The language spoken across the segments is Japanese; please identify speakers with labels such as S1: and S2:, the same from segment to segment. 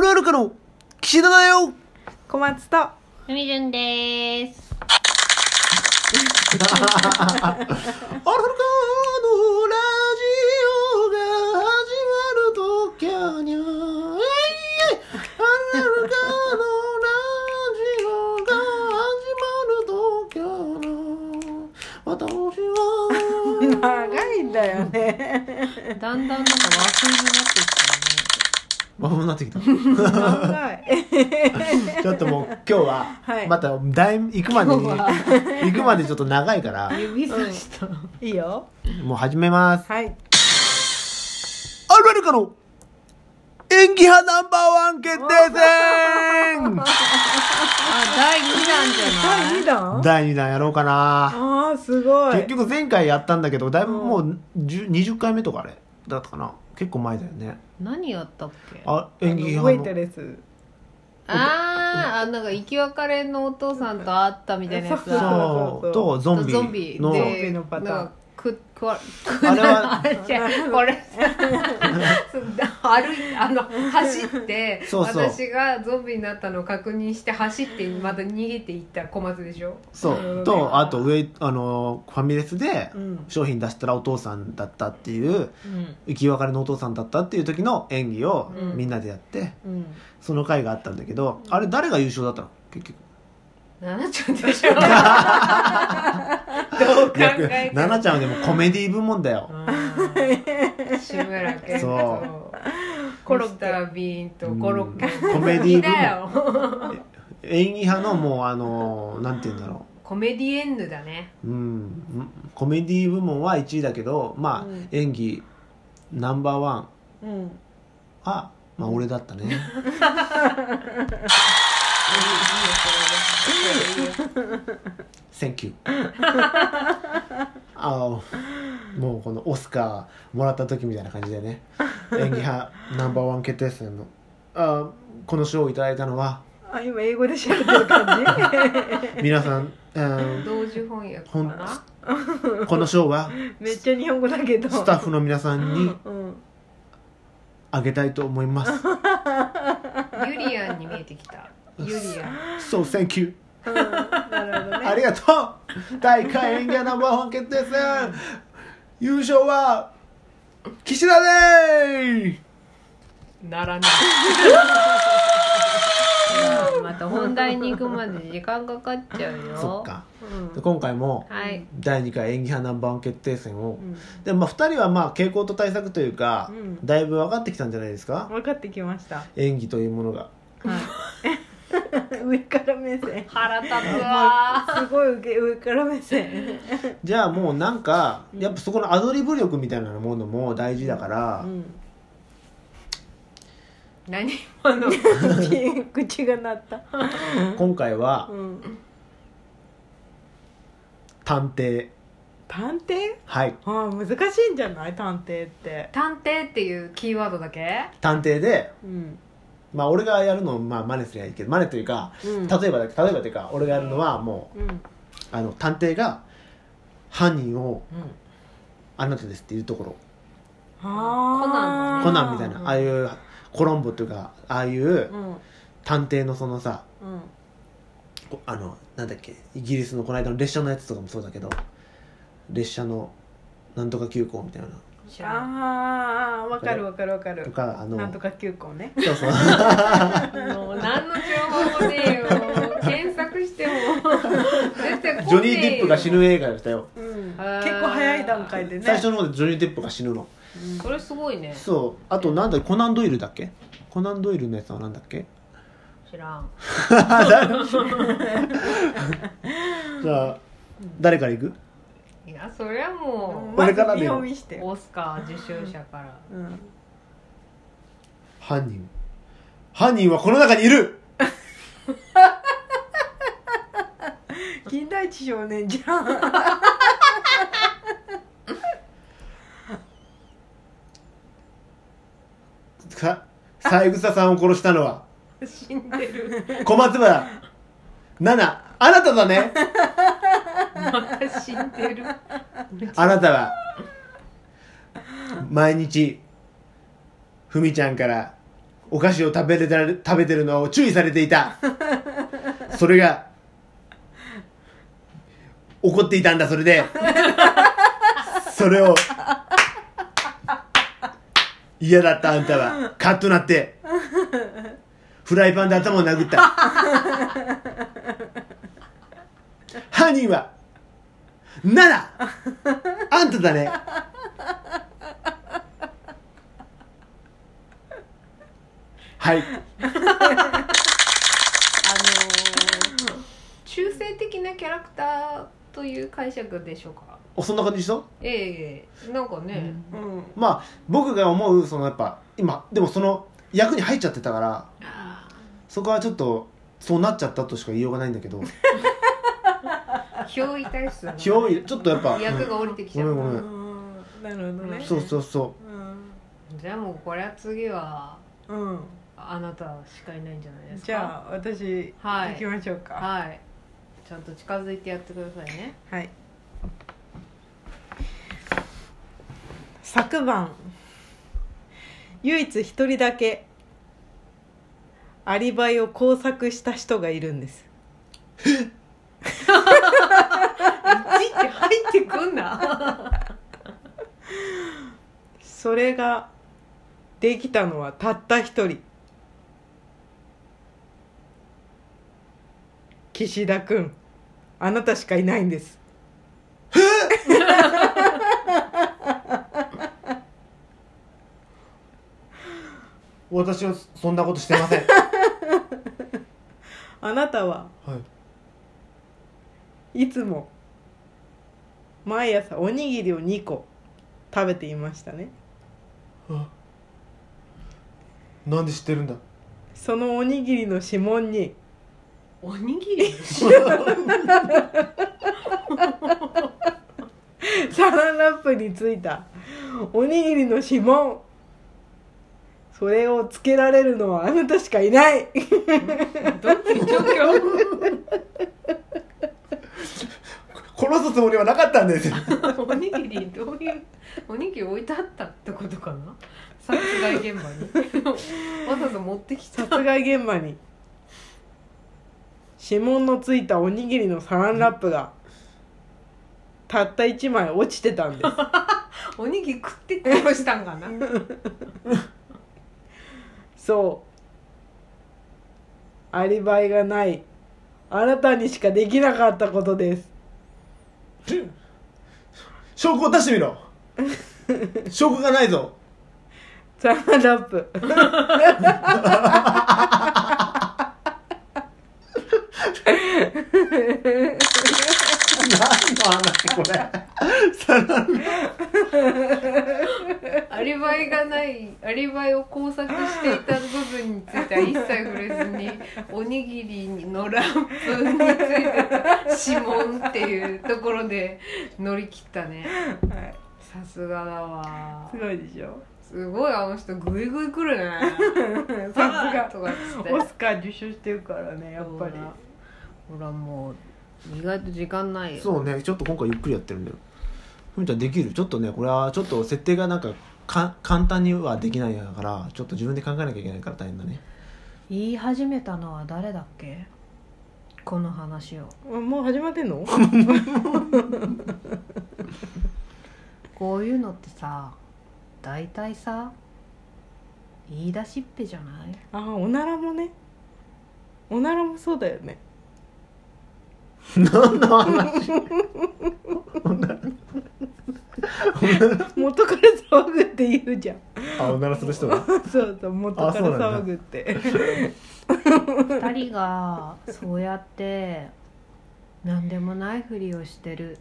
S1: るあるかの岸田だよ
S2: 小松と
S3: ふみじゅんです。
S1: あるあるかのラジオが始まるときゃにゃーいえいあるあるかのラジオが始まるときゃにゃーい私は
S2: 長いんだよね
S3: だんだんなんか和風になってき
S1: 魔法になってきた
S2: 長い
S1: ちょっともう今日
S2: は
S1: はいまただいぶ行くまでに
S2: 今日
S1: 行くまでちょっと長いから
S3: たね。指さした。
S2: いいよ
S1: もう始めます
S2: はい
S1: あるあるかの演技派ナンバーワン決定戦
S3: あ、第2弾じ
S2: 第
S3: ゃ
S2: 2弾
S1: 第2弾やろうかな
S2: ああすごい
S1: 結局前回やったんだけどだいぶもう10 20回目とかあれだったかな結構前だよね
S3: ない何やったっけあ
S1: あ演技
S2: あのウェイ
S1: 派
S2: ト
S1: の
S2: レス
S3: あー、あ、なんか生き別れのお父さんと会ったみたいなやつ
S2: レス
S3: だ。
S1: そうとゾンビ
S3: ゾンビ
S1: の
S2: ゾンビ
S3: で、
S2: のパターン
S3: なんかく、くわ、く
S1: あれ は
S3: じゃ あこれ歩いあの走って
S1: そうそう
S3: 私がゾンビになったのを確認して走ってまた逃げていった小松でしょ
S1: そうとあとウェイあのファミレスで
S2: うん
S1: 商品出したらお父さんだったっていう
S2: うん
S1: 生き別れのお父さんだったっていう時の演技を
S2: うん
S1: みんなでやって
S2: うん
S1: その回があったんだけどあれ誰が優勝だったの結局
S3: ななちゃんでしょどう考
S1: 逆
S3: えて
S1: なな
S3: も
S1: ちゃんはでもコメディ部門だよ
S3: 志村けん
S1: そ
S3: とコロッケミスタービーンとコロッケ
S1: コメディ部
S3: だ
S1: 門
S3: よ
S1: 演技派のもうあのなんて言うんだろ
S3: コメディエンヌだね
S1: ううんコメディ部門は1位だけどまあ、
S2: うん
S1: 演技ナンバーワン
S2: うん
S1: はまあ俺だったね Thank you あーもうこのオスカーもらった時みたいな感じでね演技派ナンバーワン決定戦のあーこの賞をいただいたのは
S2: あ今英語で喋ってる感 じ
S1: 皆さん、うん
S3: 同時翻訳か
S1: ほん
S3: な
S1: この賞は
S2: めっちゃ日本語だけど
S1: スタッフの皆さんに
S2: うん
S1: あげたいと思います
S3: ユリアンに見えてきたユリアン
S1: So thank you
S2: うんなるほどね
S1: ありがとう大会演技ナンバーワン決定戦優勝は岸田で
S3: ならない また本題に行くまで時間かかっちゃうよ
S1: ーそっか
S2: うん
S1: で今回も
S3: はい
S1: 第2回演技派ナンバーワン決定戦を
S2: うん
S1: でもまあ2人はまあ傾向と対策というか、
S2: うん
S1: だいぶ分かってきたんじゃないですか
S2: 分かってきました
S1: 演技というものが
S2: はい 上から目線
S3: 腹立 つわ
S2: すごい上上から目線
S1: じゃあもうなんかやっぱそこのアドリブ力みたいなものも大事だから、
S2: うん
S3: 何今の
S2: 口 口が鳴った
S1: 今回は
S2: うん
S1: 探偵
S2: 探偵
S1: はい
S2: ああ難しいんじゃない探偵って
S3: 探偵っていうキーワードだけ
S1: 探偵で
S2: うん
S1: まあ俺がやるのをまあ真似すりゃいいけど真似というか
S2: うん
S1: 例えばだけ例えばというか俺がやるのはもう
S2: うん
S1: あの探偵が犯人を
S3: うん
S1: あなたですっていうところ
S2: コ
S3: ナンのね
S1: コナンみたい
S3: うん
S1: なああいうコロンボというかああいう
S2: うん
S1: 探偵のそのさ
S2: うん
S1: こあのなんだっけイギリスのこの間の列車のやつとかもそうだけど列車のなんとか急行みたいな
S3: 知らん
S2: ああわかるわかるわか
S1: と
S2: る
S1: かあの
S2: なんとか急行ね
S1: そうそう
S3: もう何の情報もねえよ検索しても出てこねえよ
S1: ジョニー・ディップが死ぬ映画だったよ
S2: うん結
S3: あー
S2: 構早い段階でね
S1: 最初の方でジョニー・デップが死ぬの
S3: それすごいね
S1: そうあとなんだコナン・ドイルだっけコナン・ドイルのやつはなんだっけ
S3: 知らん
S1: じゃあ誰から行く
S3: いやそりゃも
S1: 俺からで
S2: で
S1: も
S2: 見して
S3: う
S2: よ
S3: オスカー受賞者から
S2: うん
S1: 犯人犯人はこの中にいる
S2: 金田一少年じゃん
S1: さ三枝さんを殺したのは
S3: 死んでる
S1: 小松原奈々あなただね
S3: また死んでる
S1: あなたは毎日ふみちゃんからお菓子を食べれた食べてるのを注意されていたそれが怒っていたんだそれでそれを嫌だったあんたはカッとなってフライパンで頭を殴った犯人はならあんただねはい
S3: 中性的なキャラクターという解釈でしょうか
S1: おそんな感じでしょ
S3: ええなんかね、
S2: うん
S1: まあ僕が思うそのやっぱ今でもその役に入っちゃってたから
S3: あ
S1: そこはちょっとそうなっちゃったとしか言いようがないんだけど
S3: あ憑依体質だな
S1: ひょいちょっとやっぱ、
S3: 役が降りてきちゃ
S1: ごめんご
S3: う
S1: めん
S2: うんなるほど
S1: うん
S2: ね
S1: そうそうそ
S2: うん
S3: じゃあもうこれは次は
S2: うん
S3: あなたしかいないんじゃないですか
S2: じゃあ私
S3: はい
S2: 行きましょうか
S3: はいちゃんと近づいてやってくださいね
S2: はい昨晩唯一一人だけアリバイを工作した人がいるんです
S3: いちいち入ってくんな
S2: それができたのはたった一人岸田君あなたしかいないんです
S1: う私はそんなことしてま せん
S2: あなたは
S1: はい
S2: いつも毎朝おにぎりを2個食べていましたね
S1: あなんで知ってるんだ
S2: そのおにぎりの指紋に
S3: おにぎり
S2: サランラップについたおにぎりの指紋それをつけられるのはあなたしかいない
S3: どっち状況
S1: 殺すつもりはなかったんですよ
S3: おにぎりどういうおにぎり置いてあったってことかな殺害現場に わざわざ持ってきた
S2: 殺害現場に指紋のついたおにぎりのサランラップがたった1枚落ちてたんです
S3: おにぎり食って殺したんか な
S2: そうアリバイがないあなたにしかできなかったことです
S1: 証拠を出してみろ証拠がないぞ
S2: サランラップ
S1: 何の話これさらに
S3: アリバイがないアリバイを工作していた部分については一切触れずにおにぎりのランプについてた指紋っていうところで乗り切ったね
S2: はい
S3: さすがだわ
S2: すごいでしょ
S3: すごいあの人グイグイ来る ね
S2: さすが
S3: とかっつって
S2: オスカー受賞してるからねやっぱり
S3: ほらもう意外と時間ないよ
S1: そうねちょっと今回ゆっくりやってるんだよふみちゃんできるちょっとねこれはちょっと設定がなんかか簡単にはできないからちょっと自分で考えなきゃいけないから大変だね
S3: 言い始めたのは誰だっけこの話を
S2: もう始まってん の
S3: こういうのってさ大体さ言い出しっぺじゃない
S2: あーおならもねおならもそうだよね
S1: 何の話
S2: 元から騒ぐって言うじゃん
S1: あおならする人が
S2: そうそう元か
S1: あそうなん
S2: ら
S1: だ
S2: 騒ぐって
S3: 2人がそうやって何でもないふりをしてる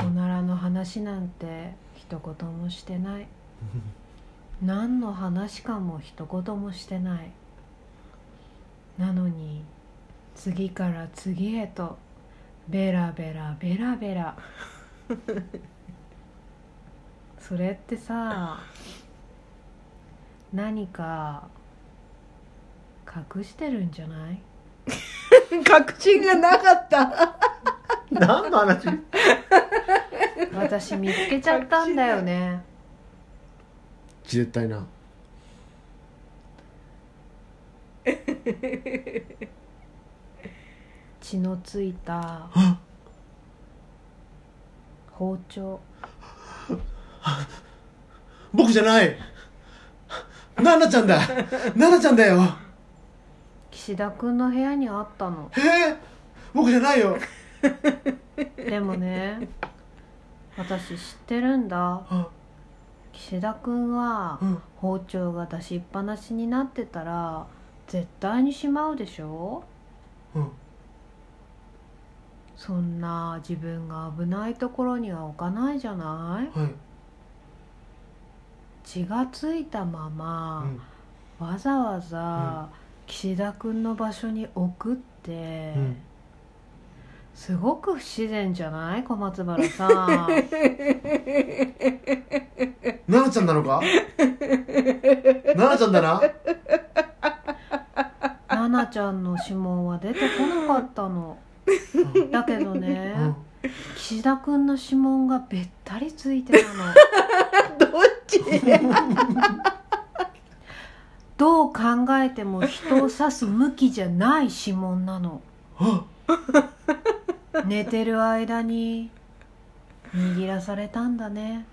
S3: おならの話なんて一言もしてない何の話かも一言もしてないなのに次から次へとベラベラベラベラそれってさ何か隠してるんじゃない
S2: 確信がなかった
S1: 何の話
S3: 私見つけちゃったんだよね
S1: 絶対な
S3: 血のついた包丁
S1: 僕じゃない奈々ちゃんだ奈々ちゃんだよ
S3: 岸田君の部屋にあったの
S1: へえ僕じゃないよ
S3: でもね私知ってるんだ
S1: あ
S3: 岸田君は
S1: うん
S3: 包丁が出しっぱなしになってたら絶対にしまうでしょ
S1: うん
S3: そんな自分が危ないところには置かないじゃない
S1: はい
S3: 血がついたま
S1: う
S3: ま、
S1: ん
S3: わざわざ岸田君の場所に置くって、
S1: うん
S3: すごく不自然じゃない小松原 さん
S1: 奈々ちゃんなのか奈々ちゃんだな
S3: 奈々ちゃんの指紋は出てこなかったの
S1: うん
S3: だけどね、
S1: うん
S3: 岸田君の指紋がべったりついてたの
S2: どっち
S3: どう考えても人を刺す向きじゃない指紋なの
S1: あ
S3: 寝てる間に握らされたんだね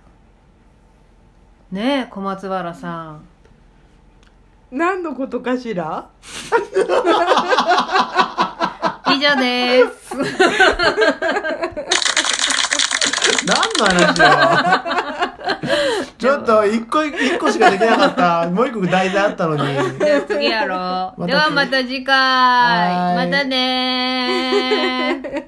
S3: ねえ小松原さん
S2: 何のことかしら
S3: 以上です
S1: 何の話よちょっと一個一個しかできなかったもう一個題材あったのに
S3: じゃあ次やろう。
S1: また次
S3: ではまた次回。
S1: はーい
S3: またねー。